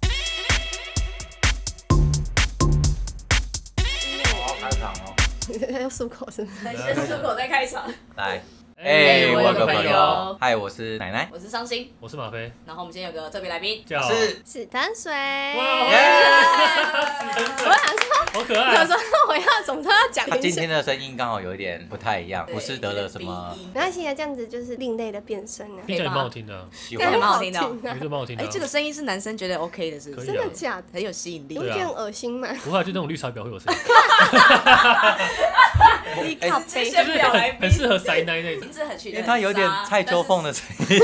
现在要漱口是吗？等先出口再开场。来，哎哎，我我有有个个朋朋友友，嗨，我是奶奶，我是伤心，我是马飞，然后我们今天有个特别来宾，叫是，是淡水。哇我想说，好可我想爱，啊说我要怎么都要讲他一今下天。的声音刚好有一点不太一样，不是得了什么对没关系啊，这样子就是另类的变身啊，听起来也蛮好听的啊，喜这样也很欢蛮好听听的我觉得啊。蛮好听的哎啊。，这个声音是男生觉得 OK 的，是不可以是？真的假的？很有吸引力你不。对啊觉得很恶心吗？不会去那种绿茶婊会有声音， 你哎靠直接背，先就是表来很宾很，适合塞奶那种名。字很取因得为很他有点沙蔡秋凤。的声 音，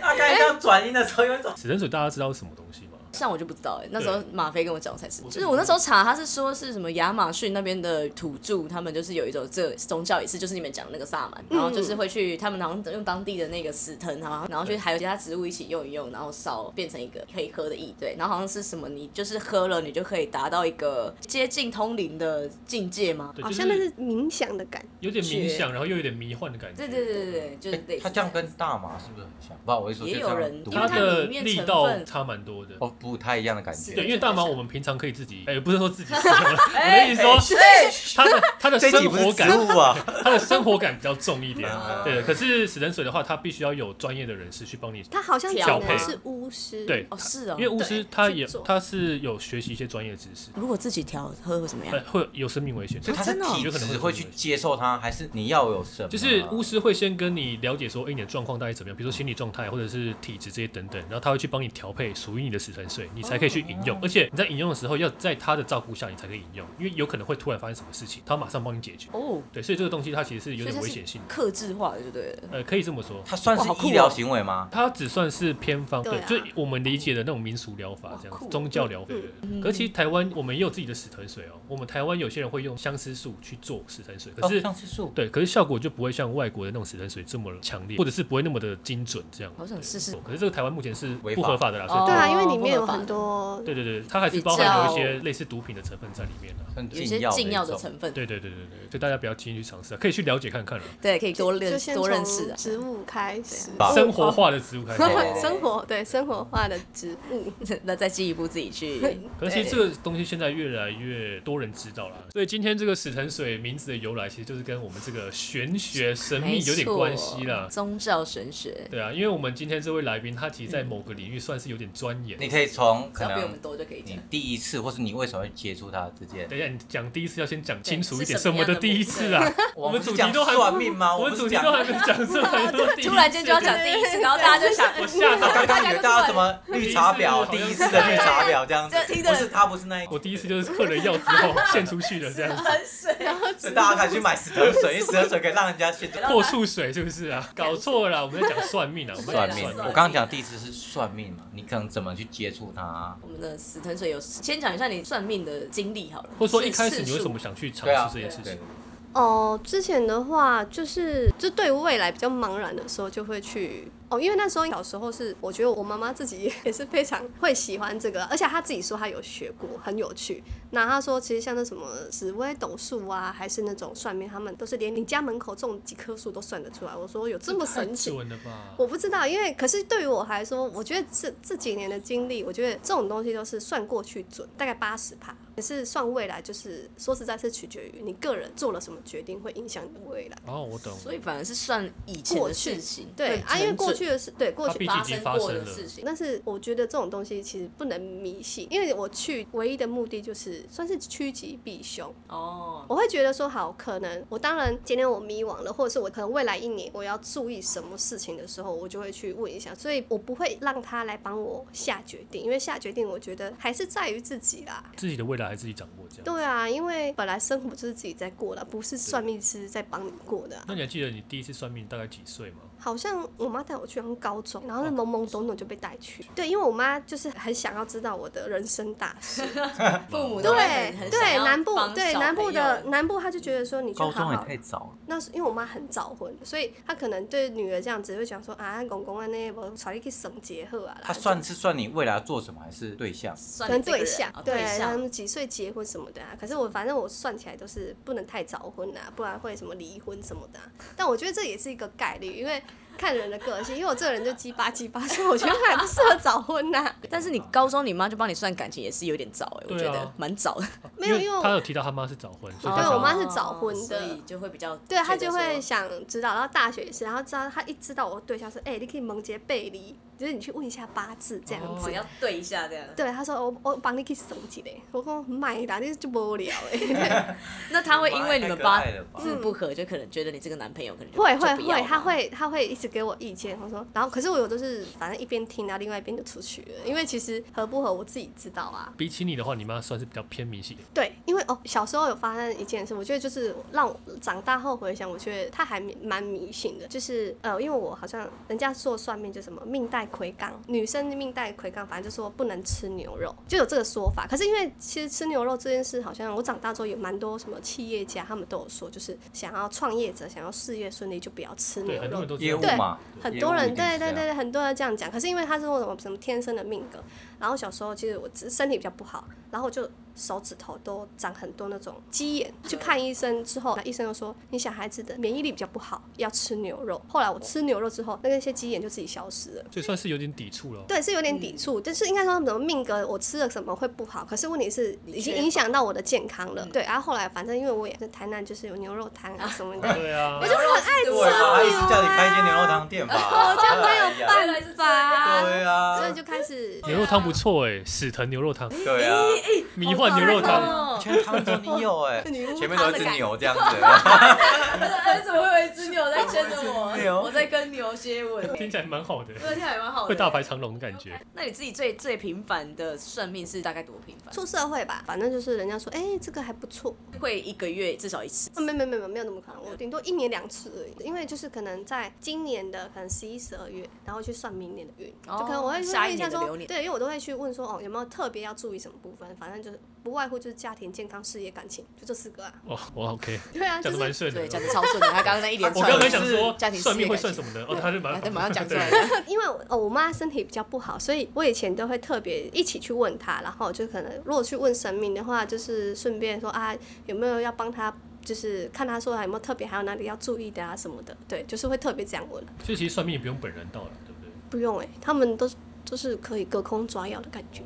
他刚刚转音的时候有一种死神水大家知道是什么东西吗？但是像我就不知道哎、那时候马飞跟我讲我才知道，我就是我那时候查，他是说是什么亚马逊那边的土著，他们就是有一种这宗教仪式，就是你们讲的那个萨满，然后就是会去他们好像用当地的那个死藤，然后然后去还有其他植物一起用一用，然后烧变成一个可以喝的液，对，然后好像是什么你就是喝了你就可以达到一个接近通灵的境界吗？对，好就像那是冥想的感觉。有点冥想，然后又有点迷幻的感觉。对对对对对，就是类哎似他这样跟大麻是不是很像？不知道我一说也就有这人样读因它为它的里面力成道分差蛮多的。哦不太一样的感是对，觉。因为大麻我们平常可以自己，哎、不是 说自己吃，我哎的意思说，它的它的这一集生不是活植感，物啊， 它的生活感比较重一点啊。对，可是死人水的话，它必须要有专业的人士去帮你。他好像调讲配的是巫师，对哦，是哦，因为巫师他去也做他是有学习一些专业知识，如果自己调喝会怎么样呃？会有生命危险。所以他是真的哦体质会去接受它，还是你要有什么？就是巫师会先跟你了解说，哎、你的状况大概怎么样，比如说心理状态或者是体质这些等等，然后他会去帮你调配属于你的死神水，你才可以去饮哦用。而且你在饮用的时候，要在他的照顾下，你才可以饮用，因为有可能会突然发生什么事情，他马上帮你解决。哦，对，所以这个东西它其实是有所以点它危是险性的，克制化的，就对了。呃，可以这么说。它算哇好酷是哦医疗行为吗？它只算是偏方，对对，啊就是我们理解的那种民俗疗法这哇样酷嗯子，宗教疗法。对对对可是其实台湾我们也有自己的死藤水哦，我们台湾有些人会用相思树去做死藤水，可是哦像吃素，对，可是效果就不会像外国的那种死藤水这么强烈，或者是不会那么的精准这样。好想试试对可是这个台湾目前是违不法合法的啦，所以哦对这个啊，因为里面有很多对对对，它还是包含有一比些类似毒品的成分在里面的。像有些禁药的成分，对对对对对，所以大家不要轻易去尝试啊，可以去了解 看看啊。对，可以多就认先多认识从啊。植物开始，对啊生活化的植物开始生对活 生活对生活化的植物，啊 那再进一步自 己去，可是其实这个东西现在越来越多人知道了，所以今天这个死藤水名字的由来，其实就是跟我们这个玄学神没秘有点错关系啦。宗教神学，对啊，因为我们今天这位来宾，他其实在某个领域算是有点钻研。你可以从只可要比我能们多就可以讲嗯你。第一次，或是你为什么会接触它之间。等一下，你讲第一次要先讲清楚一对点，是什什么么样的的第一次啊？我们不是主题讲都还算命吗？我们不主是题讲都还没讲出来，都第一次突然间就要讲第一次，然后大家就想，我吓到。刚刚以为大家什么绿茶婊，第第一一次次的绿茶婊这样子这听，着不是他，不是那一我第一次就是嗑了药之后献出去的 这样子，很水， 然后次，大家赶去买死藤水，因为死藤水可以让人家现破处水是不是啊？搞错了啦，我们在讲算命啊，我们在算讲命。算我命。刚刚讲第一次是算命嘛，你可能怎么去接触它？我们的死藤水有，先讲一下你算命的经历好了，或者说一开始你为什么次想去尝对啊，试这件事情？哦，之前的话就是就对未来比较茫然的时候，就会去哦，因为那时候小时候是我觉得我妈妈自己 也是非常会喜欢这个，而且她自己说她有学过，很有趣。那她说其实像那什么紫微斗数啊，还是那种算命，他们都是连你家门口种几棵树都算得出来。我说有这么神奇太？准了吧？我不知道，因为可是对于我来说，我觉得这这几年的经历，我觉得这种东西都是算过去准，大概八十趴，可是算未来就是说实在是取决于你个人做了什么决定，会影响你的未来。哦，我懂。所以反而是算以前过的去事情，对啊，因为过去的事，对过它去毕八竟已发经生发过生的了。事情，但是我觉得这种东西其实不能迷信，因为我去唯一的目的就是算是趋吉避凶。哦，我会觉得说，好，可能我当然今天我迷惘了，或者是我可能未来一年我要注意什么事情的时候，我就会去问一下，所以我不会让他来帮我下决定，因为下决定我觉得还是在于自己啦。自己的未来还自己掌握这样。对啊，因为本来生活就是自己在过的，不是算命师在帮你过的啊、那你还记得你第一次算命大概几岁吗？好像我妈带我去，好像高中，然后懵懵懂懂就被带去。对，因为我妈就是很想要知道我的人生大事。父母都会很对很对想，要南部帮对小南朋部友的南部，她就觉得说你就好高中也好太早了，那是因为我妈很早婚，所以她可能对女儿这样子会讲说啊，公公啊那无带你去省结合啊啦。他算是算你未来要做什么，还是对象？算可你能这个对人象，哦对，啊对他象们几岁结婚什么的啊。可是我反正我算起来都是不能太早婚啊，不然会什么离婚什么的啊、但我觉得这也是一个概率，因为看人的个性，因为我这个人就鸡巴鸡巴，所以我觉得还不适合早婚啊呐、 但是你高中你妈就帮你算感情也是有点早哎、我对觉啊得蛮早的。没有，因为他有我提到他妈是早婚，所哦以对他我想妈是早婚的所以就会比较对他觉就得会说想知道，然后大学也是，然后知道他一知道我对象说，哎、你可以蒙杰背离，就是你去问一下八字这样哦子。要对一下这样。对，他说我我帮你去省一嘞，我讲买啦，你就无聊哎、那他会因为你们八太可爱了吧字不合，就可能觉得你这个男朋友可能就会就会不要会，他嘛会他会一直给我意见，他说，然后可是我有都是反正一边听，啊然后另外一边就出去了，因为其实合不合我自己知道啊。比起你的话，你妈算是比较偏迷信。对，因为哦小时候有发生一件事，我觉得就是让我长大后回想，我觉得他还蛮蛮迷信的，就是呃因为我好像人家说算命就什么命带魁罡，女生命带魁罡，反正就说不能吃牛肉，就有这个说法。可是因为其实吃牛肉这件事，好像我长大之后有蛮多什么企业家他们都有说，就是想要创业者想要事业顺利就不要吃对，牛很肉多人。都这业样务嘛，很业多务人一定对是对这对样，对，很多人这样讲。可是因为他是说什么什么天生的命格，然后小时候其实我只身体比较不好，然后我就手指头都长很多那种鸡眼。去看医生之后，那医生又说你小孩子的免疫力比较不好，要吃牛肉。后来我吃牛肉之后，那些鸡眼就自己消失了。所以算是有点抵触了。对，是有点抵触，嗯但是应该说什么命格，我吃了什么会不好？可是问题是已经影响到我的健康嗯了。对，然后后来反正因为我也是台南，就是有牛肉摊啊什么 的，对啊我，就很爱对吧？吃还牛是叫你开一间啊，牛肉汤店吧，我就没哎有呀原来是办这样法，对啊，所以就开始牛肉汤不错哎，史藤牛肉汤，对啊，迷幻牛肉汤，哦哎全汤中你有 哎，女巫前面都汤的是感觉。牛这样 子，哎，怎么会有一只牛在牵着牛我？我在跟牛接吻，听起来蛮好的，这个跳还蛮好的。会大排长龙的感觉。那你自己最最频繁的算命是大概多频繁？出社会吧，反正就是人家说，哎、这个还不错。会一个月至少一次啊，没没没没没有那么可能，我顶多一年两次而已。因为就是可能在今年的可能十一、十二月，然后去算明年的运，哦就可能我会去下一问一下年的说流，年对，因为我都会去问说，哦，有没有特别要注意什么部分？反正就是不外乎就是家庭、健康、事业、感情，就这四个啊。哦，我 OK，对啊，就讲的蛮是顺的对，。讲的超顺的。他刚刚那一连我串，刚才想是说家庭算命会算事什么呢？哦，他就业蛮感情，啊对，马上讲出来对了。因为哦，我妈身体比较不好，所以我以前都会特别一起去问她，然后就可能如果去问神明的话，就是顺便说啊，有没有要帮她，就是看她说有没有特别还有哪里要注意的啊什么的，对，就是会特别这样问。所以其实算命也不用本人到了，对不对？不用哎、他们都是就是可以隔空抓药的感觉。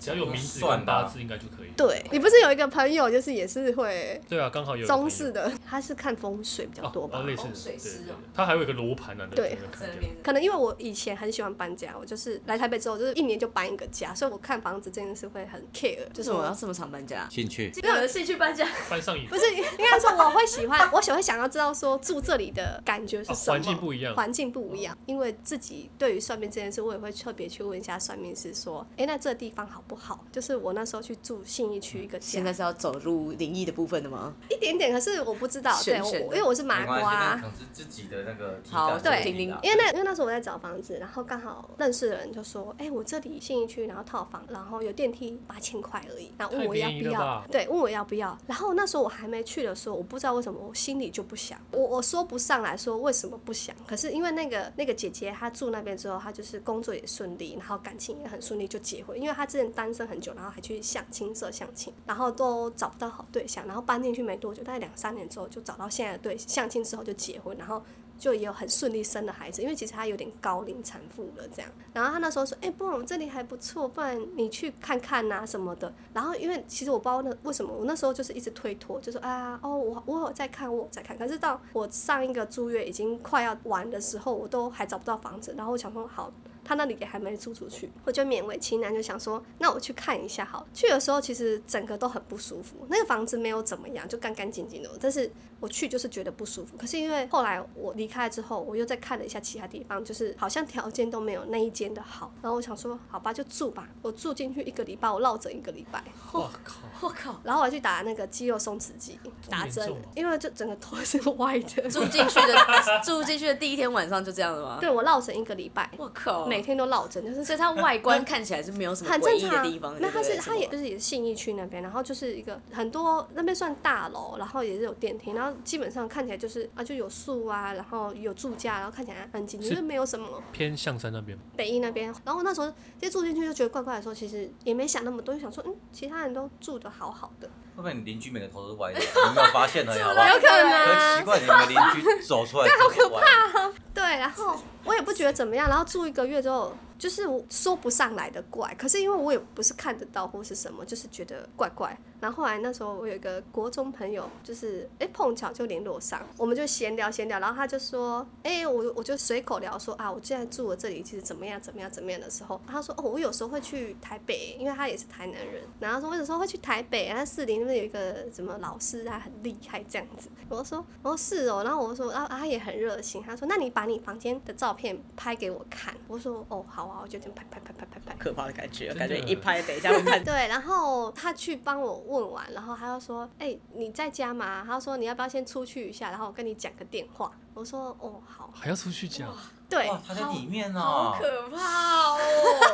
只要有名字算跟啊八字应该就可以。对你不是有一个朋友，就是也是会对啊，刚好有中式的的，他是看风水比较多吧哦，？类似风水的。师对对哦，他还有一个罗盘呢，啊那个对有没有看见可能因为我以前很喜欢搬家，我就是来台北之后就是一年就搬一个家，所以我看房子这件事会很 care，就就是是我我要这么常搬家，兴趣 有人兴趣搬家，翻上瘾不。是应该说我会喜欢，我 喜欢想要知道说住这里的感觉是什么，哦环境不一样环境不一样，因为自己对于算命这件事，我也会特别去问一下算命师说，哎、那这地方好不好？就是我那时候去住信义区一个家现，在是要走入灵异的部分的吗？一点点，可是我不知道，对，选我选的因为我是麻没关系，瓜、那可能是自己的那个体好感对问题啦因为那因为那时候我在找房子，然后刚好认识的人就说，哎、我这里信义区，然后套房，然后有电梯，八千块而已，然后问我要太不便宜了要吧，对，问我要不要。然后那时候我还没去的时候，我不知道为什么我心里就不想，我我说不上来说为什么不想，可是因为那个那个姐姐她住那边之后，她就是工作也顺利，然后感情也很顺利就结婚，因为她之前单身很久，然后还去相亲社相亲，然后都找不到好对象，然后搬进去没多久，大概两三年之后就找到现在的对象相亲之后就结婚，然后就也有很顺利生了孩子，因为其实她有点高龄产妇了这样。然后她那时候说，哎、不然我们这里还不错，不然你去看看呐、什么的。然后因为其实我不知道那为什么，我那时候就是一直推脱，就说啊，哦，我我有在看，我有在看。可是到我上一个租约已经快要完的时候，我都还找不到房子，然后我想说好。他那里也还没租出去，我就勉为其难，就想说，那我去看一下好了。去的时候其实整个都很不舒服，那个房子没有怎么样，就干干净净的。但是我去就是觉得不舒服。可是因为后来我离开之后，我又再看了一下其他地方，就是好像条件都没有那一间的好。然后我想说，好吧，就住吧。我住进去一个礼拜，我落枕一个礼拜，哇靠！我靠，然后我还去打那个肌肉松弛剂打这针么严重啊，因为就整个头是 歪的。住进去的 住进去的第一天晚上就这样了吗？对我落枕一个礼拜，我靠，每天都落枕，就是所以它外观看起来是没有什么很诡正异的常地方，那它它是它也就是也是信义区那边，然后就是一个很多那边算大楼，然后也是有电梯，然后基本上看起来就是啊就有树啊，然后有住家，然后看起来很近，就是是没有什么偏象山那边吗北一那边。然后那时候接住进去就觉得怪怪的时候，其实也没想那么多，就想说嗯，其他人都住的好好的，会不会你邻居每个头都是 歪的？你有没有发现而已，好不好？有可能 可是奇怪，你们邻居走出来好可怕。对，然后我也不觉得怎么样，然后住一个月之后，就是我说不上来的怪，可是因为我也不是看得到或是什么，就是觉得怪怪。然后后来那时候我有一个国中朋友，就是哎碰巧就联络上，我们就闲聊闲聊，然后他就说，哎我我就随口聊说啊，我现在住的这里其实怎么样怎么样怎么样的时候，他说哦我有时候会去台北，因为他也是台南人，然后说我有时候会去台北，然后士林那边有一个什么老师他很厉害这样子，我就说哦是哦，然后我说然后他也很热心，他说那你把你房间的照片拍给我看，我说哦好啊，我就这样拍拍拍拍拍拍。可怕的感觉，真感的觉一拍等一下会看。对，然后他去帮我问完，然后他又说：“哎、你在家吗？”他说：“你要不要先出去一下，然后我跟你讲个电话。”我说：“哦，好。还要出去讲，”对，哇，他在里面好哦，可怕哦，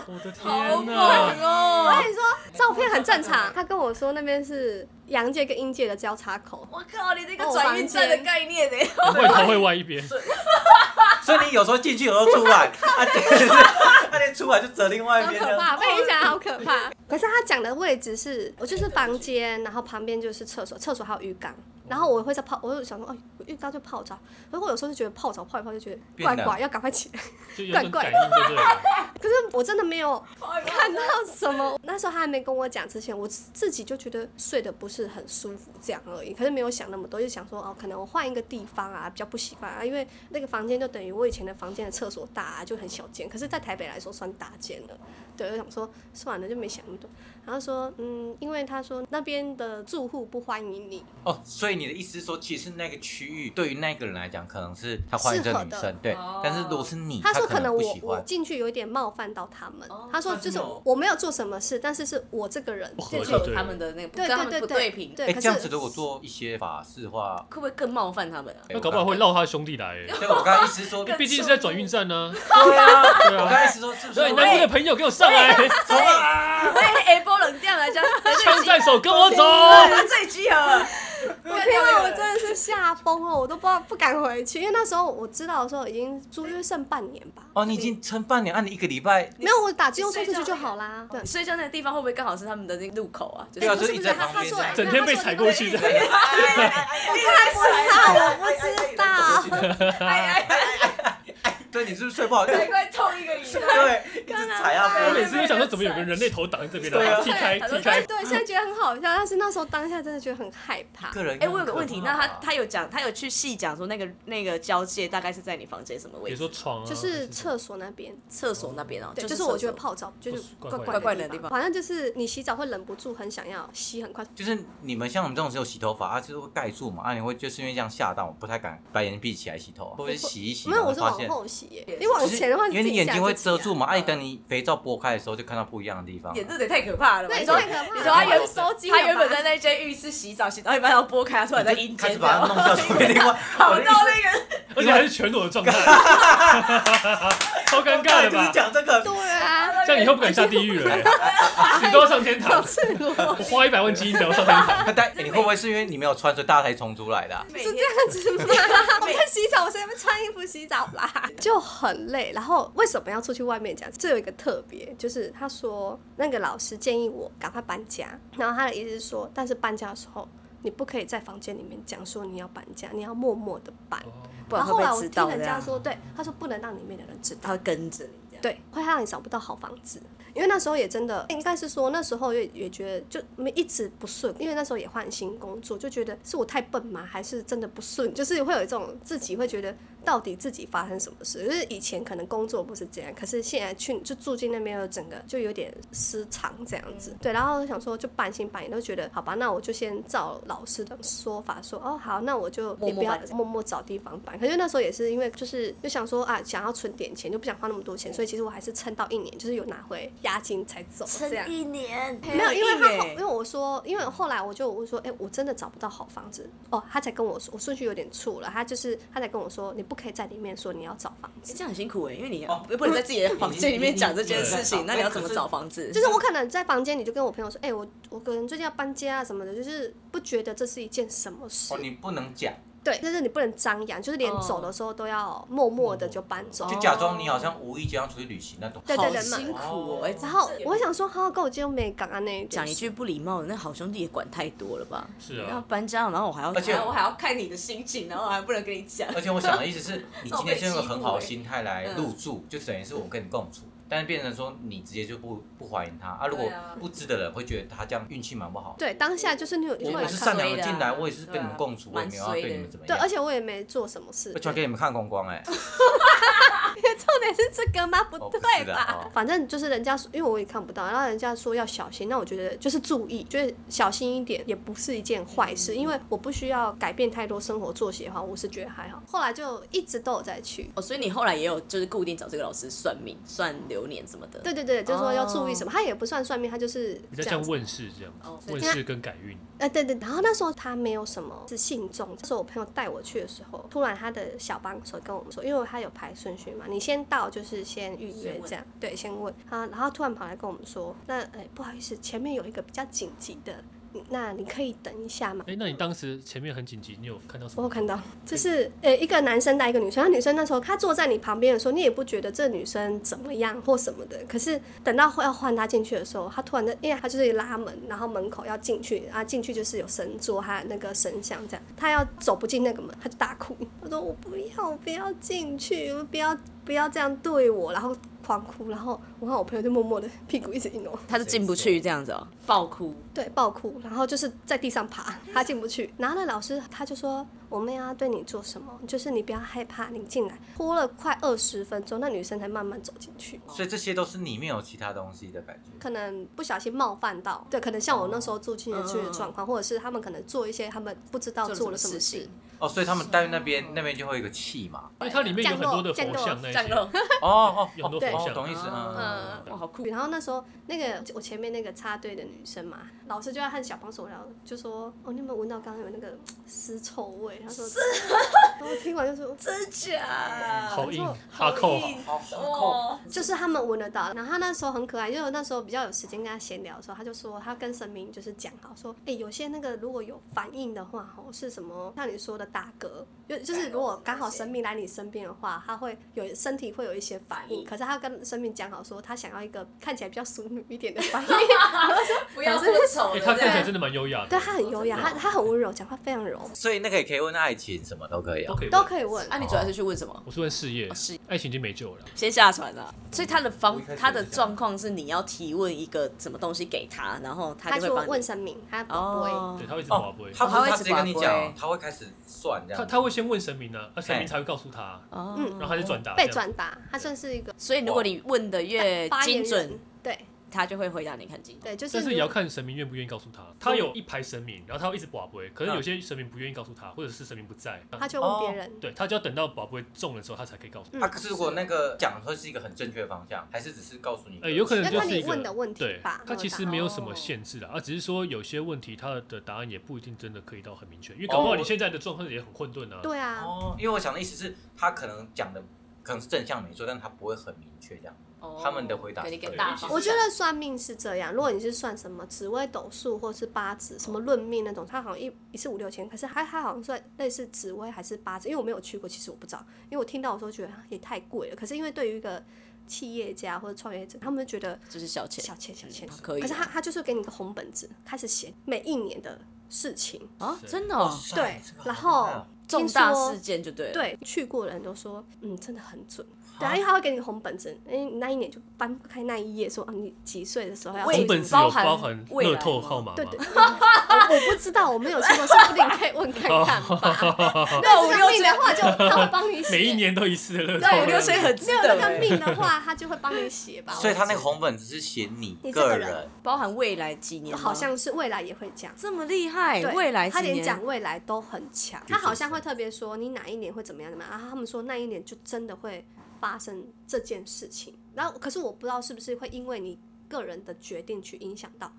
我的好天猛哪！我哦！跟你说，照片很正常。他跟我说那边是阳界跟阴界的交叉口。我靠，你这个转运站的概念呢？我会头会歪一边，所以你有时候进去，有时候出 来，啊，对，他连出来就折另外一好边可的。怕，被你想好可怕。可是他讲的位置是，我就是房间，然后旁边就是厕所，厕所还有浴缸。然后我会在泡，我就想说，哦，浴缸就泡澡。然后我有时候就觉得泡澡泡一泡就觉得怪变怪，冷要赶快起来。就有种怪怪感应，对不对了？可是我真的没有看看到什么？那时候他还没跟我讲之前，我自己就觉得睡得不是很舒服，这样而已。可是没有想那么多，就想说哦，可能我换一个地方啊，比较不习惯啊，因为那个房间就等于我以前的房间的厕所大、啊，就很小间。可是，在台北来说算大间了。对，我想说算了，就没想那么多。然后说嗯，因为他说那边的住户不欢迎你，哦，所以你的意思是说，其实那个区域对于那个人来讲，可能是他欢迎这个女适合生，对哦。但是如果是你，他说嗯可能不我喜我欢。进去有一点冒犯到他们。哦他说他是就是没有我没有做什么事，但是是我这个人不合进就去是有他们的那个不对跟他们对不对对平，对，哎，可这样子是如果做一些法事话，会不会更冒犯他们啊？ 那搞不好会漏。绕他兄弟来、欸，对，哎我刚刚意思是说，毕竟是在转运站呢、对啊，对我啊刚才是说是不是所以南部的朋友给我上来，走啊？我也 A 哎波冷掉了， 这样枪在手跟我走。他最集合了。我天啊，我真的是吓疯了，我都不知道不敢回去，因为那时候我知道的时候已经租约剩半年吧，哦，你已经撑半年，按你一个礼拜，没有我打金融睡出去觉就那个好啦。对，睡觉那个地方会不会刚好是他们的那个路口啊？就对啊，不是就是是一不直在是他旁他边说这样。整天被踩过去的对啊他我不知道哎哎对，你是不是睡不好？哎，对，快痛一个礼拜。一直踩啊我飞。每次都想说，怎么有个人类头挡在这边呢、对啊踢开踢开，对，哎现在觉得很好笑，但是那时候当下真的觉得很害怕。个人哎，我有个问题，那他他他有讲，他有去细讲说那个那个交界大概是在你房间什么比位如置？说床啊，就是厕所那边，厕所那边哦，对，是就是我觉得厕所泡澡就是怪怪怪的怪怪怪的地地方，方反正就是你洗澡会忍不住很想要吸很快，就是你们像我们这种只有洗头发，啊，就是会盖住嘛，啊，你会就是因为这样吓到，我不太敢把眼睛闭起来洗头，或者是洗一洗，没有我是发往现。后洗耶也，是你往前的话因为你眼睛会遮住嘛，啊，你哎，等你肥皂拨开的时候，就看到不一样的地方。也这也太可怕了吧？那你也说太可怕了。你说他原收集，他原本在那间浴室洗澡，洗到一半要拨开，他突然在阴开始间，把它弄掉，所以另外跑我到的意思那个而且还是全裸的状态， 超尴尬的就吧是？讲这个，对啊， 这样以后不敢下地 狱了、欸，你都要上天堂。我花一百万基因才要上 天堂，但但你会不会是因为你没有穿，所以大家才冲出来的啊？是这样子 吗？我们在洗澡，我在那边穿衣服洗澡啦， 就很累。然后为什么要出去外面讲？这有一个特别，就是他说那个老师建议我赶快搬家，然后他的意思是说，但是搬家的时候。你不可以在房间里面讲说你要搬家，你要默默的搬。不然然后后会来被我知听道人的家啊。说，对，他说不能让里面的人知道。他会跟着你这样。对，会让你找不到好房子。因为那时候也真的，应该是说那时候也也觉得就没一直不顺，因为那时候也换新工作，就觉得是我太笨吗？还是真的不顺？就是会有一种自己会觉得到底自己发生什么事。就是以前可能工作不是这样，可是现在去就住进那边了，整个就有点失常这样子。嗯对，然后想说就半信半疑，都觉得好吧，那我就先照老师的说法说，哦好，那我就默你不默要搬默默找地方搬。可是那时候也是因为就是就想说啊，想要存点钱，就不想花那么多钱，所以其实我还是撑到一年，就是有拿回押金才走这样。一年，没有，因为他后，因他为我说，因为后来我就我说，哎、我真的找不到好房子哦，他才跟我说，我顺序有点错了，他就是他才跟我说，你不可以在里面说你要找房子，这样很辛苦哎，因为你哦不能在自己的房间里面讲这件事你情，你那你要怎么找房子？就是我可能在房间里就跟我朋友说，哎、我我可能最近要搬家啊什么的，就是不觉得这是一件什么事，哦哦，你不能讲，对，就是你不能张扬，就是连哦走的时候都要默默的就搬走。就假装你好像无意间要出去旅行 那种。对对好对辛苦哦。哎然后我想说，好好跟我用美港啊那讲一，句不礼貌的，那好兄弟也管太多了吧？是要啊，搬家，然后我还要，而且还要我还要看你的心情，然后还不能跟你讲。 而且我想的意思是，你今天是用一个很好的心态来入住，就等于是我跟你共处，但是变成说你直接就不不欢迎他啊。如果对啊不知的人会觉得他这样运气蛮不好。对，当下就是你有我你蛮我会有是看善良衰的的啊进来，我也是跟你们对啊共处，我也没有要蛮衰的对你们怎么对，样。而且我也没做什么事，而且我给你们看光光哎，重点是这个吗？不哦不对是的吧？哦反正就是人家说，因为我也看不到，然后人家说要小心，那我觉得就是注意，就是小心一点，也不是一件坏嗯事，因为我不需要改变太多生活作息的话，我是觉得还好。后来就一直都有在去。哦，所以你后来也有就是固定找这个老师算命、算流年什么的。对对对，就是说要注意哦什么，他也不算算命，他就是比这较像样子。问世这样哦，问世跟改运。呃，对对，然后那时候他没有什么是信众，就是我朋友带我去的时候，突然他的小帮手跟我们说，因为他有排顺序嘛，你先到就是先预约先问这样，对，先问啊，然后突然跑来跟我们说，那哎不好意思，前面有一个比较紧急的，你那你可以等一下吗？哎，那你当时前面很紧急，你有看到什我么？有看到，就是呃、一个男生带一个女生，那女生那时候她坐在你旁边的时候，你也不觉得这女生怎么样或什么的。可是等到要换她进去的时候，她突然在，因为她就是拉门，然后门口要进去，啊进去就是有神桌还有那个神像这样，她要走不进那个门，她就大哭，她说我不要，我不要进去，我不要不要这样对我，然后狂哭，然后我看我朋友就默默的 屁股一直一挪，他是进不去这样子哦，爆哭。对，爆哭，然后就是在地上爬， 他进不去。然后那老师他就说：“我们要对你做什么？就是你不要害怕，你进来。”拖了快二十分钟，那女生才慢慢走进去。所以这些都是里面有其他东西的感觉。可能不小心冒犯到，对，可能像我那时候住进去的嗯状况，或者是他们可能做一些他们不知道做做了了什什么么事事情，哦，所以他们带那边那边就会有一个气嘛。因为它里面有很多的佛像那些，落，哦哦，有很多对佛哦，像，懂意思，嗯。嗯，哇，好酷。然后那时候那个我前面那个插队的女生嘛，老师就在和小帮手聊，就说：“哦，你有没有闻到刚刚有那个嘖尸臭味？”他说：“是。” 然后听完 就说：“真假好哦硬没错，哈扣，好好就是他们闻得到，然后他那时候很可爱，就是我那时候比较有时间跟他闲聊的时候，他就说他跟神明就是讲好说，哎、有些那个如果有反应的话，吼是什么像你说的打嗝，就就是如果刚好神明来你身边的话，他会有身体会有一些反嗯应，可是他跟神明讲好说，他想要一个看起来比较淑女一点的 反应，不要这么丑哎，了，他看起来这样真的蛮优雅的，对他很优雅，他他很温柔，讲话非常柔，所以那个也可以问爱情，什么都可以都啊。可以都问。可以问。啊，你主要是去问什么？我是问事业哦事业，爱情已经没救了。先下船啊了。所以他的我方一开始，他的状况是你要提问一个什么东西给他，然后他他就会就帮你问神明，他不会。哦对，，他会一直滑哦不会，，他不是他直接跟你他会一讲，直他会开始算这他样。他会先问神明呢，那神明哎才会告诉他，啊哦嗯然后他就转达，被转达，他算是一个所以如果你问的越发言精人准，，对他就会回答你很精准。对，就是但是也如要看神明愿不愿意告诉他。他有一排神明，然后他会一直卜龟，可是嗯有些神明不愿意告诉他，或者是神明不在，他就问别哦人，对他就要等到卜龟中了之后，他才可以告诉。嗯他可是如果那个讲会是一个很正确的方向，还是只是告诉你？呃，有可能要就看是你一个问的问题对吧，他其实没有什么哦限制的，啊，只是说有些问题他的答案也不一定真的可以到很明确，因为搞不好哦你现在的状况也很混沌啊。对啊，哦，因为我想的意思是，他可能讲的可能是正向没错，但他不会很明确这样。哦他们的回答给是你对更的大方向。我觉得算命是这样，如果你是算什么紫微斗数或是八字、什么论命那种，它好像一一次五六千，可是它它好像算类似紫微还是八字，因为我没有去过，其实我不知道，因为我听到的时候觉得啊也太贵了，可是因为对于一个企业家或者创业者，他们就觉得就是小钱，小钱小钱嗯，可以啊是他他就是给你一个红本子，开始写每一年的事情，啊，是真的哦，对这个好，然厉害后哦重大听说事件就对了。，对，去过的人都说，嗯，真的很准。对啊，因为他会给你红本子，哎，你那一年就翻开那一页，说啊，你几岁的时候要我去也红未本知子有包含包含未来乐透吗号码对吗对，？ 我我不知道，我没有去过，说不定可以问看看吧。 那五六岁的话，就他 会帮你写。 每一年都一次的乐透，对，我流水很值没有那得个欸，命的话，他就会帮你写吧。所以他那个红本只是写你你这个个人人， 包含未来几年吗，好像是未来也会讲。这么厉害，对，哎未来他几连年讲未来都很强，他好像会特别说你哪一年会怎么样怎么样，然后他们说那一年就真的会发生这件事情，然后可是我不知道是不是会因为你个人的决定去影响到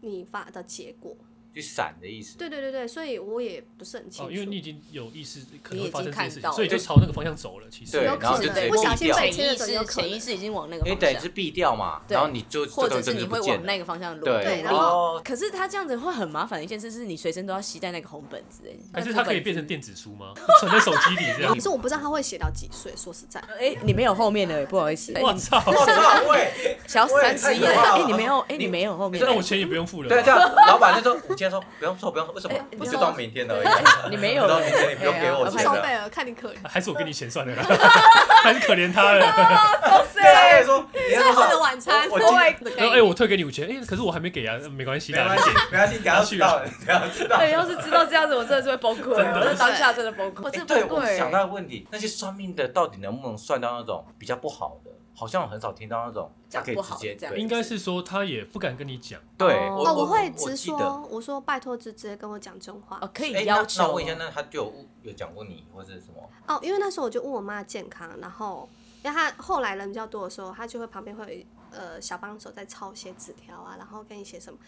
你发的结果，去闪的意思。对对对对，所以我也不是很清哦，楚，因为你已经有意识可能会发生这件你已经看事情，到了所以就朝那个方向走了。其实对有然后可就直接能不小心避掉被潜切意的时候有识可能潜意识已经往那个因为方等于向是，避掉嘛，对然后你就或者这是个你就会不见往了那个方向努对，对力然。后 哦，可是他这样子会很麻烦的一件事是，你随身都要携带那个红本子哎，还是它可以变成电子书吗？存在手机里这样可。是我不知道他会写到几岁，说实在，哎，你没有后面的，不好意思，哎我操！我操喂，小我也三十一，太可怕哎了，你没有，哎，你你没有后面的，那我钱也不用付了对吧。啊，这样老板就说，我今天说不用说不用说，为什哎么？你我知就道到明天而 哎已。你没有我到了明天你不用哎给呀我我钱烧怕了贝。尔呃看你可怜，还是我给你钱算了啦， 还是可怜他了。对啊，他也说你要最后说的晚餐，我我今 对然后哎，我退给你五千，哎，可是我还没给啊，没关系没关啦。系没关系，等下知道了，等下 知道了。对，要是知道这样子，我真的是会崩溃，我在当下真的崩溃，我哎真的对，崩我溃。想到一个问题，那些算命的到底能不能算到那种比较不好的？好像我很少听到那种他讲可以不直好接这样对应该是说他也不敢跟你讲，对，哦，哦我我会我直记得说，我说拜托，就直接跟我讲真话哦，。可哎以那要求。那我问一下，那他就有有讲过你或者什么？哦，因为那时候我就问我妈健康，然后因为她后来人比较多的时候，她就会旁边会有一呃小帮手在抄写纸条啊，然后给你写什么。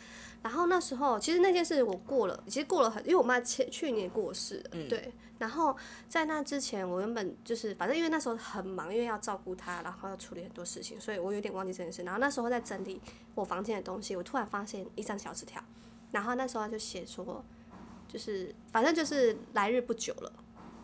然后那时候其实那件事我过了，其实过了很，因为我妈前去年过世了，嗯对。然后在那之前，我原本就是反正因为那时候很忙，因为要照顾她，然后要处理很多事情，所以我有点忘记这件事。然后那时候在整理我房间的东西，我突然发现一张小纸条，然后那时候她就写说，就是反正就是来日不久了。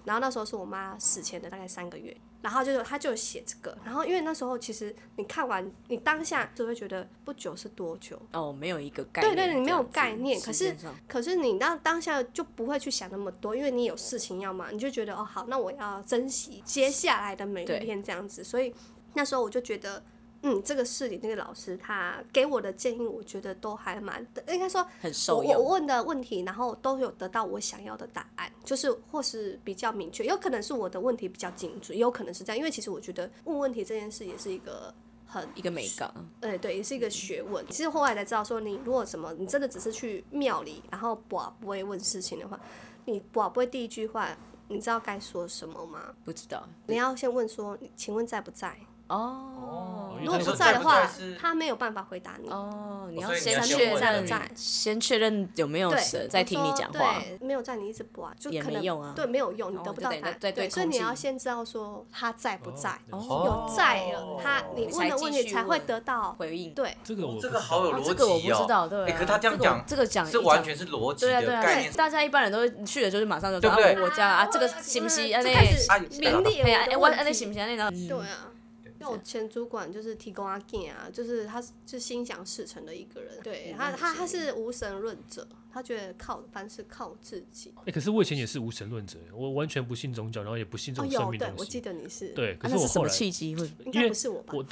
然后那时候是我妈死前的大概三个月，然后就是她就有写这个，然后因为那时候其实你看完，你当下就会觉得不久是多久，哦，没有一个概对念，对，你没有这样子概念，可时是间上可是你当当下就不会去想那么多，因为你有事情要忙，你就觉得哦好，那我要珍惜接下来的每一对天这样子，所以那时候我就觉得。嗯，这个事里那个老师他给我的建议，我觉得都还蛮，应该说很我受我我用，问的问题，然后都有得到我想要的答案，就是或是比较明确，有可能是我的问题比较精准，也有可能是这样，因为其实我觉得问问题这件事也是一个很，一个美感。呃，对，也是一个学问。其实后来才知道说，你如果什么，你真的只是去庙里，然后卜不会问事情的话，你卜不会第一句话，你知道该说什么吗？不知道你要先问说，请问在不在？哦因为如果不他说在在的不话在是，他没有办法回答你。哦，你哦要所以你先要先确问在不认，在？先确认有没有对，神在听你我说讲话。对，没有在你一直播啊，就也可能没用啊对，没有用，你哦得不就到等于答在在案。对，对所以空你要气先知道说他在不在，哦有在了，他哦你你问才的继问题续才会问得到。回应。对，这个我不这个知道好有哦逻辑哦。这个我不知道，对啊。哎可他这样个我讲这个讲是一完讲全是逻辑对啊对的啊，概对念。大家一般人都会去了就是马上就说对不对啊我家啊这个行不行？啊就那开始啊明哎呀列哎的我问啊那题行不行？那然后对啊。因为我前主管就是提供阿健啊，就是他是就心想事成的一个人，对嗯他那他是他是无神论者，他觉得靠凡事靠自己。哎，可是我以前也是无神论者，我完全不信宗教，然后也不信这哦，种算有命对的，我东记西。得你是，对，可啊是那我是什后么来，机会？应因该为不是我吧？我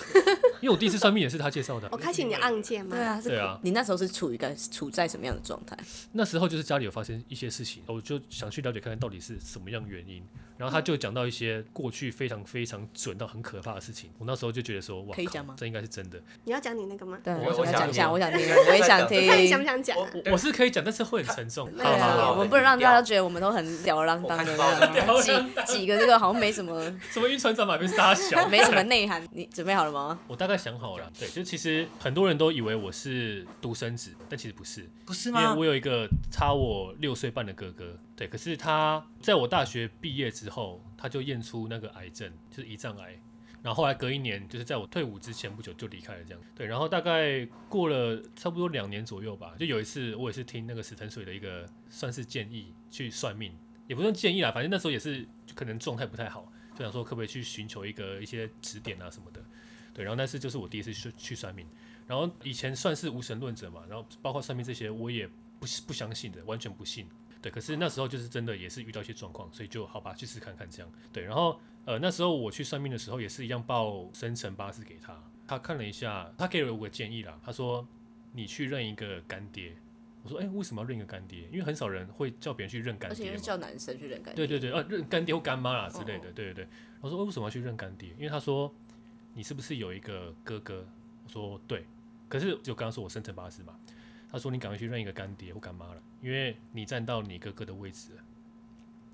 因为我第一次算命也是他介绍的我，开启你的案件吗？对啊，这对啊你那时候是处于一个处在什么样的状态？那时候就是家里有发生一些事情，我就想去了解看看到底是什么样原因。然后他就讲到一些过去非常非常准到很可怕的事情，我那时候就觉得说，哇，可以靠讲吗这应该是真的。你要讲你那个吗？对，啊我我我想想一下，听我想听， 我也想听。看你想不想讲啊？我是可以讲，但是会很沉重。对好对好啊，好我好，们不能让大家觉得我们都很吊儿郎当的那我种，看到了几几个这个好像没什么什么晕船长马边杀小 ，没什么内涵。你准备好了吗？我大概想好了，对，就其实很多人都以为我是独生子，但其实不是，不是因为吗我？有一个差我六岁半的哥哥，对，可是他在我大学毕业之后，他就验出那个癌症，就是胰脏癌。然后后来隔一年，就是在我退伍之前不久就离开了，这样对。然后大概过了差不多两年左右吧，就有一次我也是听那个石藤水的一个算是建议去算命，也不算建议啦，反正那时候也是就可能状态不太好，就想说可不可以去寻求一个一些指点啊什么的。对，然后那次就是我第一次去去算命，然后以前算是无神论者嘛，然后包括算命这些我也不不相信的，完全不信。对，可是那时候就是真的也是遇到一些状况，所以就好吧，去试看看这样。对，然后呃那时候我去算命的时候也是一样报生辰八字给他，他看了一下，他给了我个建议啦，他说你去认一个干爹。我说哎、为什么要认一个干爹？因为很少人会叫别人去认干而爹且嘛是。叫男生去认感觉。对对对，啊，认干爹或干妈啦之类哦的，对对对。我说、哦为什么要去认干爹？因为他说你是不是有一个哥哥？我说对，可是就刚刚说我生辰八字嘛，他说你赶快去认一个干爹或干妈了，因为你站到你哥哥的位置了。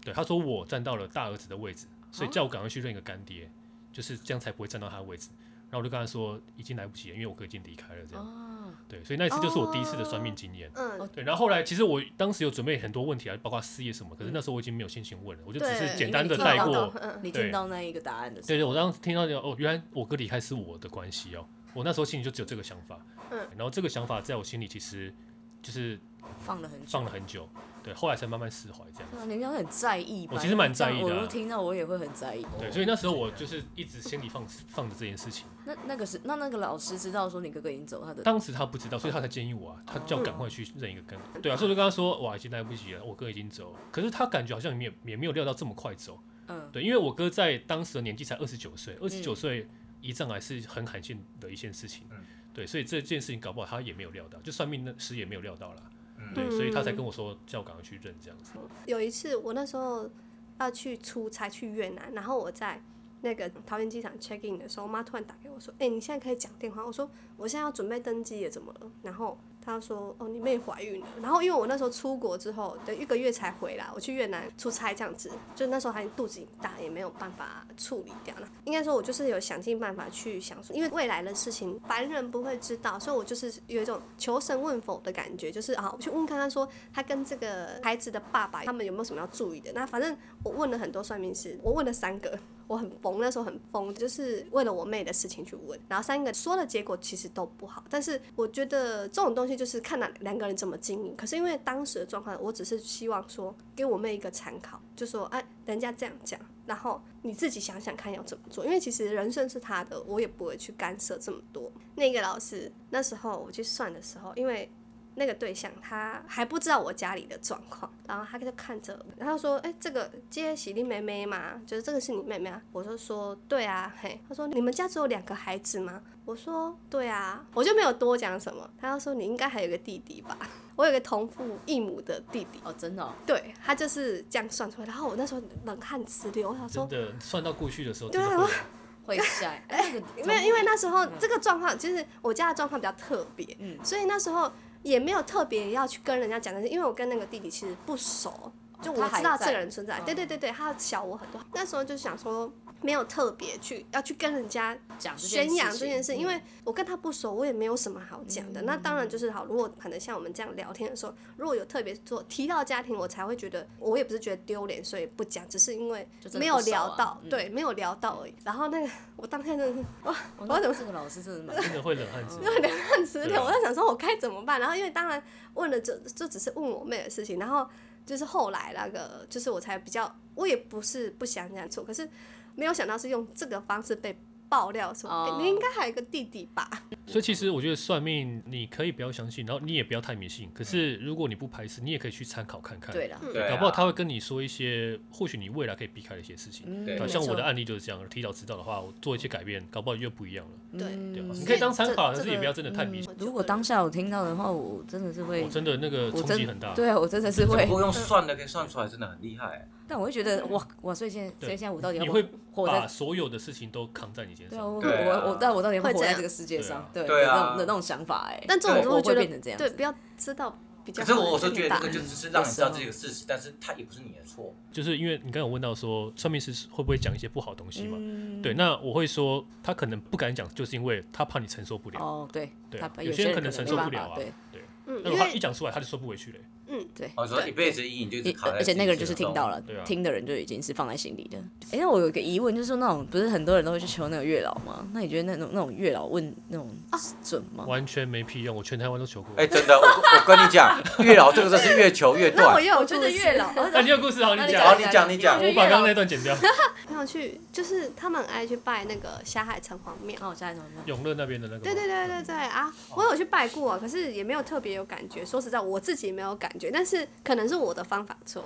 对，他说我站到了大儿子的位置，所以啊叫我赶快去认一个干爹，就是这样才不会站到他的位置。后我就跟他说已经来不及了，因为我哥已经离开了这样。哦，对，所以那一次就是我第一次的算命经验。嗯哦，对，然后后来其实我当时有准备很多问题啊，包括事业什么，可是那时候我已经没有心情问了，我就只是对简单的因为你带听得到。过嗯你对听到那一个答案的时对对，我当时听到这个哦，原来我哥离开是我的关系哦，我那时候心里就只有这个想法。嗯然后这个想法在我心里其实就是候放了很久，放了很久，对，后来才慢慢释怀这样。啊，人家很在意吧？我其实蛮在意的啊这样我如果听到我也会很在意。对，所以那时候我就是一直心里放放着这件事情。那那个是那那个老师知道说你哥哥已经走，他的当时他不知道，所以他才建议我啊，他叫我赶快去认一个根。对啊，所以我就跟他说，哇，已经来不及了，我哥已经走了。可是他感觉好像也没有也没有料到这么快走。嗯对，因为我哥在当时的年纪才二十九岁，二十九岁胰脏癌是很罕见的一件事情。嗯对，所以这件事情搞不好他也没有料到，就算命的师也没有料到啦。嗯对，所以他才跟我说叫我赶快去认这样子。有一次我那时候要去出差去越南，然后我在那个桃园机场 check in 的时候，我妈突然打给我说：“哎、你现在可以讲电话。”我说：“我现在要准备登机耶，怎么了？”然后她说：“哦，你妹怀孕了。”然后因为我那时候出国之后的一个月才回来，我去越南出差这样子，就那时候还肚子大，也没有办法处理掉了。应该说，我就是有想尽办法去想说，因为未来的事情凡人不会知道，所以我就是有一种求神问佛的感觉，就是啊，我去问看看说他跟这个孩子的爸爸他们有没有什么要注意的。那反正我问了很多算命师，我问了三个，我很疯，那时候很疯，就是为了我妹的事情去问，然后三个说的结果其实都不好。但是我觉得这种东西就是看两两个人怎么经营。可是因为当时的状况，我只是希望说给我妹一个参考，就说哎，人家这样讲，然后你自己想想看要怎么做。因为其实人生是他的，我也不会去干涉这么多。那个老师那时候我去算的时候，因为那个对象他还不知道我家里的状况，然后他就看着我，然后说：“哎、这个接喜力妹妹嘛，就是这个是你妹妹啊。”我就说：“对啊，嘿。”他说：“你们家只有两个孩子吗？”我说：“对啊。”我就没有多讲什么。他就说：“你应该还有个弟弟吧？我有个同父异母的弟弟。哦，真的哦、”对他就是这样算出来。然后我那时候冷汗直流，我想说真的算到过去的时候，对真啊的会会晒，哎那 个没有，因为那时候嗯这个状况，其实我家的状况比较特别，嗯所以那时候也没有特别要去跟人家讲的是，因为我跟那个弟弟其实不熟，就我哦他还知道在这个人存在，嗯对对对对，他小我很多，那时候就想说没有特别去要去跟人家讲这件宣扬这件事事，情，因为我跟他不熟，我也没有什么好讲的。嗯那当然就是好，如果可能像我们这样聊天的时候，如果有特别做提到家庭，我才会觉得我也不是觉得丢脸，所以不讲，只是因为就真的没有不熟啊聊到，嗯对，没有聊到而已。然后那个我当天真的是哇，我我怎怎么嗯么这个老师 真的蛮嗯真的会冷汗直流。就两汗直对流，啊我在想说我该怎么办。然后因为当然问了就就只是问我妹的事情，然后就是后来那个就是我才比较，我也不是不想这样做，可是没有想到是用这个方式被爆料说，哎、哦你应该还有一个弟弟吧？所以其实我觉得算命，你可以不要相信，然后你也不要太迷信。可是如果你不排斥，你也可以去参考看看。对了，嗯嗯对啊搞不好他会跟你说一些，或许你未来可以避开的一些事情。嗯对对，啊没像我错的案例就是这样，提早知道的话，我做一些改变，搞不好又不一样了。对对吧嗯你可以当参考，啊这但是也不要真的太迷嗯信。如果当下我听到的话，我真的是会我，真的那个我冲击很真大。对啊，我真的是不会，过用算的可以算出来，真的很厉害。但我会觉嗯得哇哇，所以现在所以对现在我到底要你不会活把在？所有的事情都扛在你肩对啊，上。我对啊我我，但我到底要不会要活这在样这个世界上？对对啊的那种的那种想法哎，但这种对就会我觉会得变成这样对，子，不要知道比较可好。是我我是觉得大这个就只是让你知道这个事实，但是它也不是你的错。就是因为你刚才有问到说，算命师会不会讲一些不好的东西嘛？嗯对，那我会说他可能不敢讲，就是因为他怕你承受不了。哦，对，对他啊把有些些人可能能承受没不办了法啊对对，嗯，因那如果他一为讲出来，他就收不回去了。嗯，对。我说对哦一辈子的阴影就是也卡在，而且那个人就是听到。了对啊，听的人就已经是放在心里的。哎，那我有一个疑问，就是说那种不是很多人都会去求那个月老吗？那你觉得那种那种月老问那种啊准吗？完全没屁用，我全台湾都求过。 哎，真的，我我跟你讲，月老这个真是越求越那我断。也有我觉得故事哦 月老那你有故事好，那你你讲好，讲，哦你讲，你讲。我把刚刚那段剪掉。朋友去，就是他们很爱去拜那个霞海城隍庙。那我下一种呢？永乐那边的那个吗，对对对对对啊！哦我有去拜过、啊，可是也没有特别有感觉。说实在，我自己没有感觉，但是可能是我的方法错。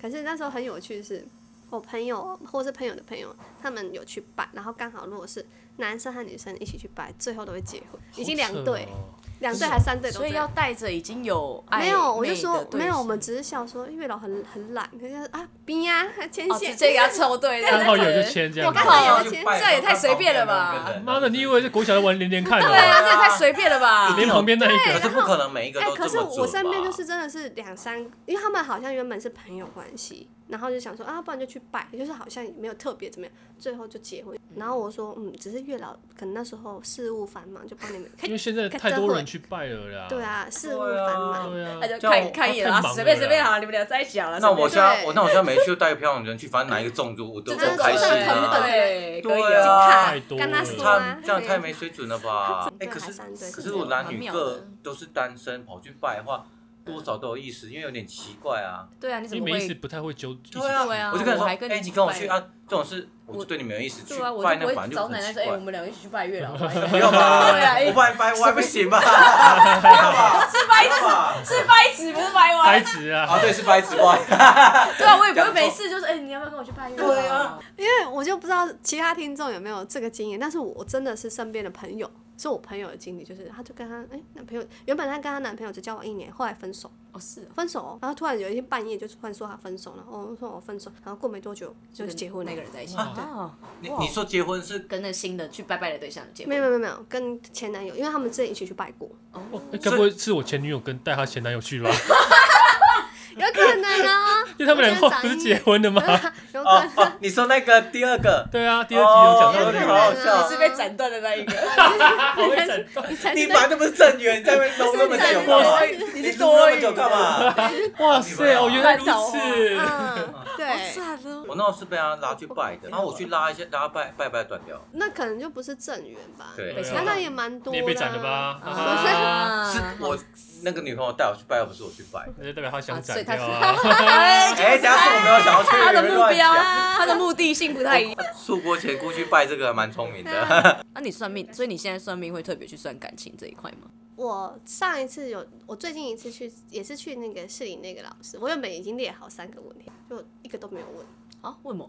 可是那时候很有趣的是，我朋友或是朋友的朋友，他们有去拜，然后刚好如果是男生和女生一起去拜，最后都会结婚，已经两对好扯，哦两对还是三对都所这以要样。带着已经有暧没有，我昧就说的对没有，我象们只是笑说月老很很懒，他就啊冰呀牵哦线直，接给他抽对，刚好有人就签这样我子靠，刚好这有样也太随便了吧！妈的，你以为是国小在玩连连看对哦？啊，这也太随便了吧！连旁边那一对个可是不可能每一个哎、都可这是么做吧我身边就是真的是两三，因为他们好像原本是朋友关系，然后就想说啊，不然就去拜，就是好像也没有特别怎么样，最后就结婚。然后我说，嗯，只是月老可能那时候事务繁忙，就帮你们因为现在太多人去拜了啦。对，啊，事务繁忙。对啊那，就叫看我看一眼太啊，忙随了便随便啦好，你们俩在一起好了。那随便我现在对我那我现在没去带漂亮人去，反正拿一个中就我都这我真都的开是心很啊同等。的对，可以对啊。太卡多跟他了说他啊，这样嘿？太没水准了吧哎、真的可是还三岁可是是我男女蛮妙各的都是单身跑去拜的话，多少都有意思，因为有点奇怪啊。对啊，你怎因么为每一会？次不太会揪。一起对啊，对啊我就跟他说，我还哎、跟你你跟我去拜啊，这种事我我就对你没有意思，去对啊，我拜就那不反正会就找很奶奶奇说，哎，怪。我们两个一起去 拜月老吧。不要吧， 对啊哎我拜拜歪不行吧？不要吧， 是白痴吧？哎是掰直不是掰白弯？纸啊，啊，对，是白纸歪。对啊，我也不会讲错没事，就是哎，你要不要跟我去拜月老？对啊，因为我就不知道其他听众有没有这个经验，但是我真的是身边的朋友，是我朋友的经历，就是她就跟她哎、男朋友，原本她跟她男朋友只交往一年，后来分手，哦是啊，分手哦，然后突然有一天半夜就突然说她分手了，哦，我说我分手，然后过没多久就跟结婚了那个。人在一起啊对啊，你哇你说结婚是跟那新的去拜拜的对象结婚，没有没有没有，跟前男友，因为他们之前一起去拜过，哦，哎该不会是我前女友跟带她前男友 去吧？ 有可能啊，因为他们两个我觉得不是长一结婚的吗？有可哦能。哦，你 说那个第二个， 哦对哦啊，第二集有讲到有可这个能吗，啊好笑你是被斩断的那一个，好会整你才你是本来就不是正缘，你在那边弄那么久干嘛？你你是弄多那余么的久干？嘛？哇塞，哦，原来如半岛哦此。嗯，对，惨哦！我那时候是被他拉去拜的，然后我去拉一下，拉拜拜拜断掉，那可能就不是正缘吧。对对那啊那也蛮多你的、嗯也被斩了？吧？哈哈啊是我那个女朋友带我去拜，又不是我去拜。那就代表他想啊所斩以他掉 是啊。 哎，等下是我没有想要去，他的目乱标，啊讲。他的目的性不太一样。出国前估计拜这个还蛮聪明的， 那你算命，所以你现在算命会特别去算感情这一块吗？我上一次有，我最近一次去也是去那个市里那个老师，我原本已经列好三个问题，就一个都没有问。啊，为什么？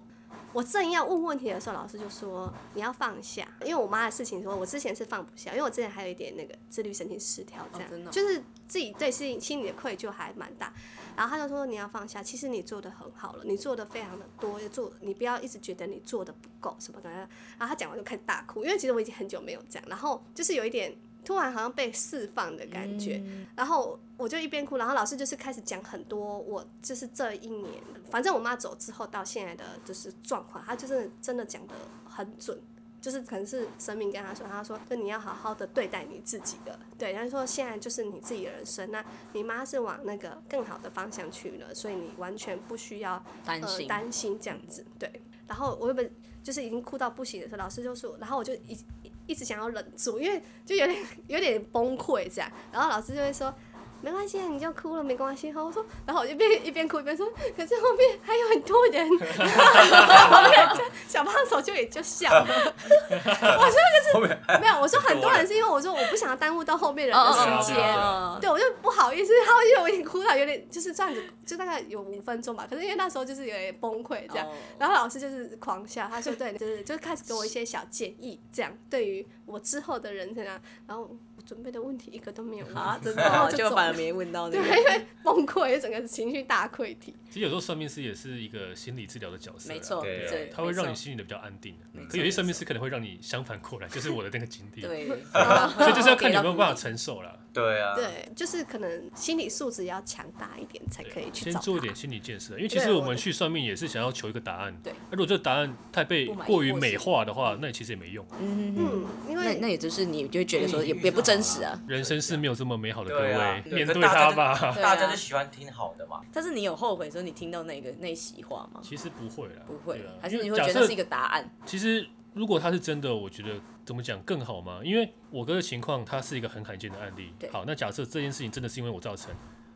我正要问问题的时候，老师就说你要放下，因为我妈的事情说，我之前是放不下，因为我之前还有一点那个自律神经失调，这样、哦真的哦就是自己对心心里的愧疚还蛮大。然后他就说你要放下，其实你做的很好了，你做的非常的多，做你不要一直觉得你做的不够什么的。然后他讲完就开始大哭，因为其实我已经很久没有这样，然后就是有一点突然好像被释放的感觉。然后我就一边哭，然后老师就是开始讲很多我就是这一年，反正我妈走之后到现在的就是状况，她就是真的讲的很准。就是可能是神明跟她说，她说就你要好好的对待你自己的，对，她说现在就是你自己的人生，那你妈是往那个更好的方向去了，所以你完全不需要担呃心。担心这样子，对。然后我原本就是已经哭到不行的时候，老师就说，然后我就一一一直想要忍住，因为就有点有点崩溃这样。然后老师就会说。没关系啊，你就哭了，没关系。然后我说，然后我就边一边哭一边说，可是后面还有很多人，后面就小胖手就也就笑了。后面没有，我说很多人是因为我说我不想要耽误到后面人哦的哦时间哦，哦时间哦对，我就不好意思， 然后因为我已经哭到有点就是这样子，就大概有五分钟吧。可是因为那时候就是有点崩溃这样，哦然后老师就是狂笑，他说对，就是 就开始给我一些小建议，这样对于我之后的人生啊，然后我准备的问题一个都没有问， 啊，真的然哦、后就就走反而了没问到那对，个。因为崩溃，整个情绪大溃 体。其实有时候算命师也是一个心理治疗的角色啦，没错，对啊对，他会让没你错心里的比较安定的没。错可有些算命师可能会让你相反过来，就是我的那个经历。，啊对， 所所以就是要看你有没有 办法承受啦。 对嗯啊，对，就是可能心理素质也要强大一点，才可以去先找做一他点嗯心理建设，因为其实对我我们去算命也是想要求一个答案。对那如果这个答案太被不满意过于或是美化的话，那你其实也没用。嗯，嗯，因那为那也就是你就会觉得说也也不真实啊。人生是没有这么美好的，各对啊位，，面可对大家它就吧。对大啊家就喜欢听好的嘛。但是你有后悔说你听到那个那一席话吗？ 其实不会啦，不会对啊，还是你因会为觉假得设那是一个答案？其实如果他是真的，我觉得怎么讲更好嘛？因为我哥的情况，他是一个很罕见的案例对。好，那假设这件事情真的是因为我造成，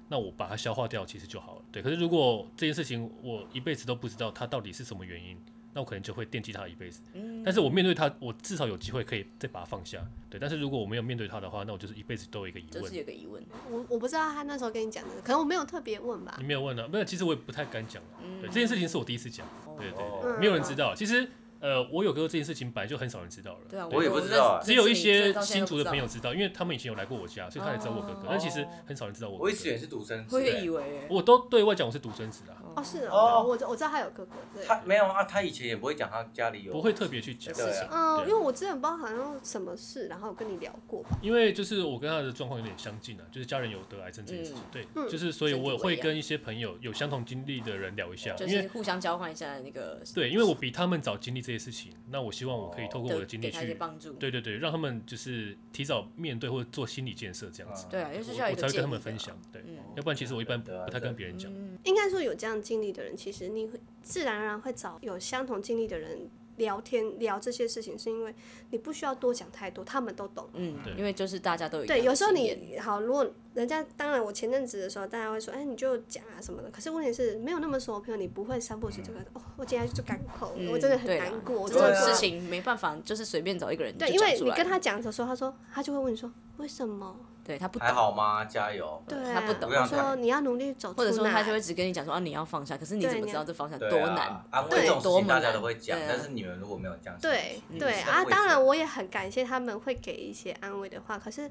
那我把它消化掉，其实就好了。对，可是如果这件事情我一辈子都不知道它到底是什么原因，那我可能就会惦记它一辈子。嗯但是我面对它，我至少有机会可以再把它放下。对，但是如果我没有面对它的话，那我就是一辈子都有一个疑就是问。有个疑问。我我不知道他那时候跟你讲的，可能我没有特别问吧你。没有问啊？没有，其实我也不太敢讲啊。嗯对，这件事情是我第一次讲。对对哦对，没有人知道。其实。呃，我有哥这件事情本来就很少人知道了，对啊，我也不知道只有一些新竹的朋友知道，因为他们以前有来过我家，所以他也知道我哥哥哦，但其实很少人知道我哥哥。我一直以为是独生子我也欸以，为我都对外讲我是独生子啊，哦，是哦哦，我我知道他有哥哥，对。他没有啊，他以前也不会讲他家里有，不会特别去讲对啊嗯，因为对我之前不知道好像什么事，然后有跟你聊过吧。因为就是我跟他的状况有点相近啊，就是家人有得癌症这件事情，对，嗯就是所以我身体会不一样跟一些朋友有相同经历的人聊一下，就因为是互相交换一下那个对，因为我比他们早经历这些事情，那我希望我可以透过我的的经哦给历他一些去，帮助，对对对，让他们就是提早面对或者做心理建设这样子，嗯对啊，因为是需要我一我个才会建议跟他们的分享，对，嗯要不然其实我一般对啊不太对啊跟别人讲，嗯，应该说有这样经历的人，其实你会自然而然会找有相同经历的人聊天聊这些事情，是因为你不需要多讲太多，他们都懂。嗯对，因为就是大家都一样对，有时候的经验你好，如果人家当然，我前阵子的时候，大家会说，哎，你就讲啊什么的。可是问题是，没有那么熟的朋友，你不会三不五时就跟他说，哦，我今天就感口了，嗯我真的很对啦难过，我这真种的对啊不事知道情没办法，就是随便找一个人对，就因讲为出你来跟他讲的时候，他说他就会问你说为什么？对他不懂还，好吗？加油。对他啊，不懂不要说看你要努力走出或者说来他就会只跟你讲说啊你要放下，可是你对怎么你知要道这放下对啊多难？安慰这种事多情么大家难都会讲对，啊但是你们如果没有这样想，对嗯对是啊，安慰当是然我也很感谢他们会给一些安慰的话，可是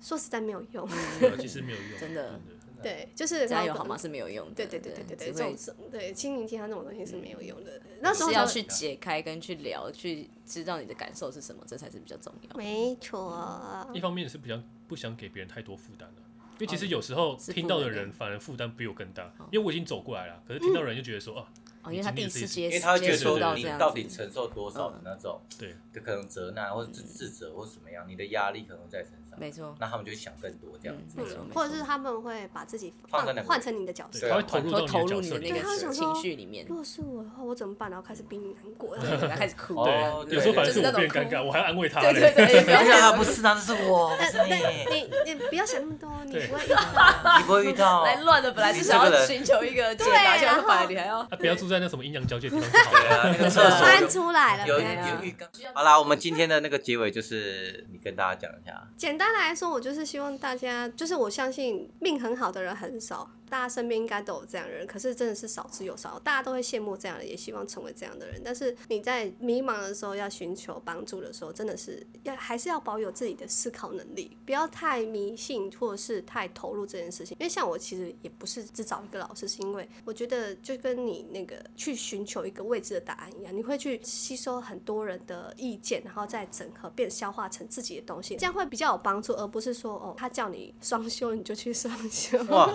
说实在没有用。啊对啊其实没有用，嗯真的对，就是加油好吗？？是没有用的，对对对对对对，只这会种事对心灵鸡啊汤这种东西是没有用的。那时候是要就去解开跟去聊，去知道你的感受是什么，这才是比较重要。没错，一方面是比较不想给别人太多负担了。因为其实有时候哦是听到的负能哦人量反而负担比我更大，因为我已经走过来了，可是听到的人就觉得说，哦，哦，因为他第一次接因为他会觉接得触说到你这样到底子，承受多少的那种，对，就可能责难或者是自责或者怎么样，你的压力可能会在身上，没错，那他们就会想更多这样子。嗯没错或者是他们会把自己放放在那个换成你的角对，色。啊他会投入到会你的投角入色的里那对面他会个想情说绪里面如，果是我的话，我怎么办？然后开始逼你难过。 对，开始哭，哦对，有时候反而是我变尴尬，我还安慰他对对嘞。对，不要等一下，不是啊，这是我，不但是但 你，你你不要想那么多，你对不会一直你不会遇到。 来乱的，本来是想要寻求一个解答，结果反而你还要啊，不要住在那什么阴阳交界的地方就好对了。啊，那个 厕所 翻有出来了。有对啊有浴缸。好啦，我们今天的那个结尾就是你跟大家讲一 下，简单来说，我就是希望大家，就是我相信命很好的人很少，大家身边应该都有这样的人，可是真的是少之又少，大家都会羡慕这样的，也希望成为这样的人。但是你在迷茫的时候，要寻求帮助的时候，真的是要还是要保有自己的思考能力，不要太迷信或者是太投入这件事情。因为像我其实也不是只找一个老师，是因为我觉得就跟你那个去寻求一个未知的答案一样，你会去吸收很多人的意见，然后再整合变消化成自己的东西，这样会比较有帮助，而不是说哦他叫你双修你就去双修。哇，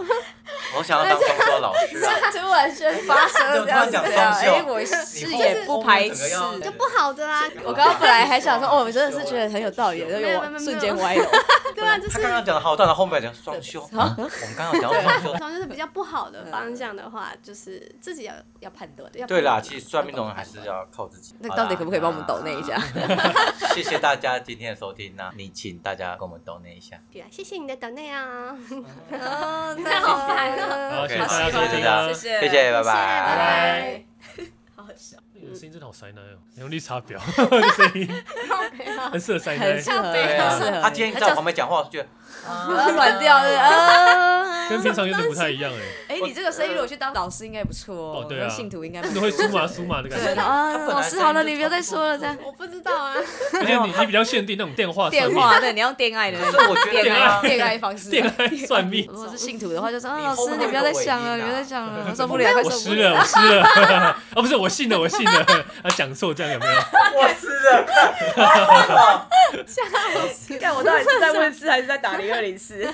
我想要当双修老师 啊，突然间发生了这样子，哎，我是也不排斥。就 不好的啊啦，我刚刚本来还想说，哦，我真的是觉得很有道理，然后我瞬间歪了。对啊，就他是刚刚讲的好，但他后面讲双修，我们刚刚讲到 双修。从就是比较不好的方向的话，就是自己要要判断，要对啦，其实算命这种还是要靠自己。那到底可不可以帮我们抖那一下？下？ 谢谢大家今天的收听那你请大家跟我们抖那一下。对啊，谢谢你的等内啊，哦，真的好烦啊，好，谢谢好大家谢谢收听大啊家！谢谢谢，谢， 拜拜拜。拜。好好笑，那个声音真的好塞奶哦，你用绿茶婊 的声音，很适合塞很奶适，合，对很适 合。啊，他今天在我旁边讲话，我就 觉得软掉的啊。跟平常有点不太一样哎。哎，你这个声音如果去当老师应该不错哦哦，对啊信徒应该那不会酥麻酥麻的感对 觉，啊，他本来老师好了，你不要再说了，这样我不知道啊，而且你你比较限定那种电话算电命，话对，你要恋爱的那可种 是我 觉得恋啊爱恋爱方式，电话算命，如果是信徒的话，就说啊，你老后师面你不要再想了，有你个尾音啊不要再想了，我受不了，快我受湿不了。了，我湿了， 啊不是我信了，我信了， 啊讲错这样有没有？我吃了，看我到底是在问事还是在打零二零四？